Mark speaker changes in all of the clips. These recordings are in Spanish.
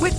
Speaker 1: With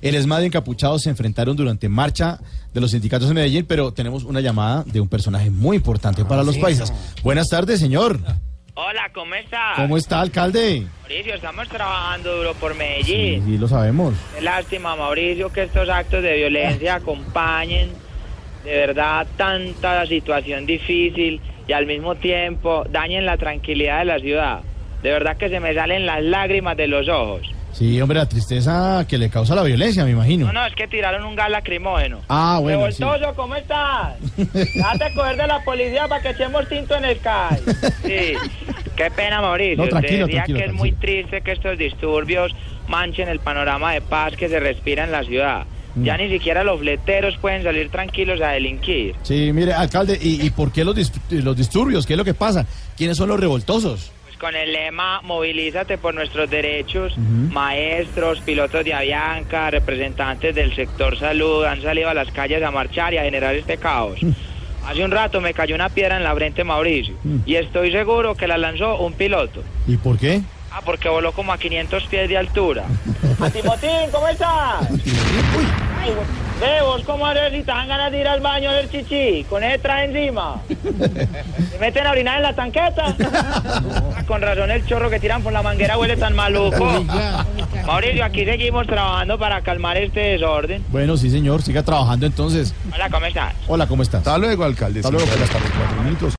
Speaker 2: El ESMAD y Encapuchados se enfrentaron durante marcha de los sindicatos en Medellín, pero tenemos una llamada de un personaje muy importante
Speaker 3: Ah,
Speaker 2: para los paisas. Buenas tardes, señor.
Speaker 3: Hola, ¿cómo estás?
Speaker 2: ¿Cómo está, alcalde?
Speaker 3: Mauricio, estamos trabajando duro por Medellín.
Speaker 2: Sí, lo sabemos.
Speaker 3: Qué Lástima, Mauricio, que estos actos de violencia acompañen de verdad tanta situación difícil y al mismo tiempo dañen la tranquilidad de la ciudad. De verdad que se me salen las lágrimas de los ojos.
Speaker 2: Sí, hombre, la tristeza que le causa la violencia, me imagino.
Speaker 3: No, no, es que tiraron un gas lacrimógeno.
Speaker 2: Ah, bueno, sí.
Speaker 3: Revoltoso, ¿cómo estás? Date a coger de la policía para que echemos tinto en el CAI. Sí. Qué pena, Mauricio.
Speaker 2: No, tranquilo,
Speaker 3: Te decía
Speaker 2: tranquilo,
Speaker 3: que es muy
Speaker 2: tranquilo.
Speaker 3: triste que estos disturbios manchen el panorama de paz que se respira en la ciudad.
Speaker 2: Mm.
Speaker 3: Ya ni siquiera los fleteros pueden salir tranquilos a delinquir.
Speaker 2: Sí, mire, alcalde, ¿y, y por qué los, dis- los disturbios? ¿Qué es lo que pasa? ¿Quiénes son los revoltosos?
Speaker 3: Pues con el lema Movilízate por nuestros derechos, maestros, pilotos de Avianca, representantes del sector salud han salido a las calles a marchar y a generar este caos. Hace un rato me cayó una piedra en la frente, Mauricio, y estoy seguro que la lanzó un piloto.
Speaker 2: ¿Y por qué?
Speaker 3: Ah, porque voló como a 500 pies de altura. ¡A Timotín, ¿cómo estás? Ay, vos- Ve, vos cómo eres si te dan ganas de ir al baño del chichi, con ese traje encima. ¿Te meten a orinar en la tanqueta? Ah, con razón el chorro que tiran por la manguera huele tan maluco. Mauricio, aquí seguimos trabajando para calmar este desorden.
Speaker 2: Bueno, sí, señor, siga trabajando entonces.
Speaker 3: Hola, ¿cómo estás?
Speaker 2: Hola, ¿cómo estás?
Speaker 4: Hasta luego, alcalde.
Speaker 2: Hasta luego,
Speaker 4: Hasta
Speaker 2: pues.
Speaker 4: los cuatro minutos.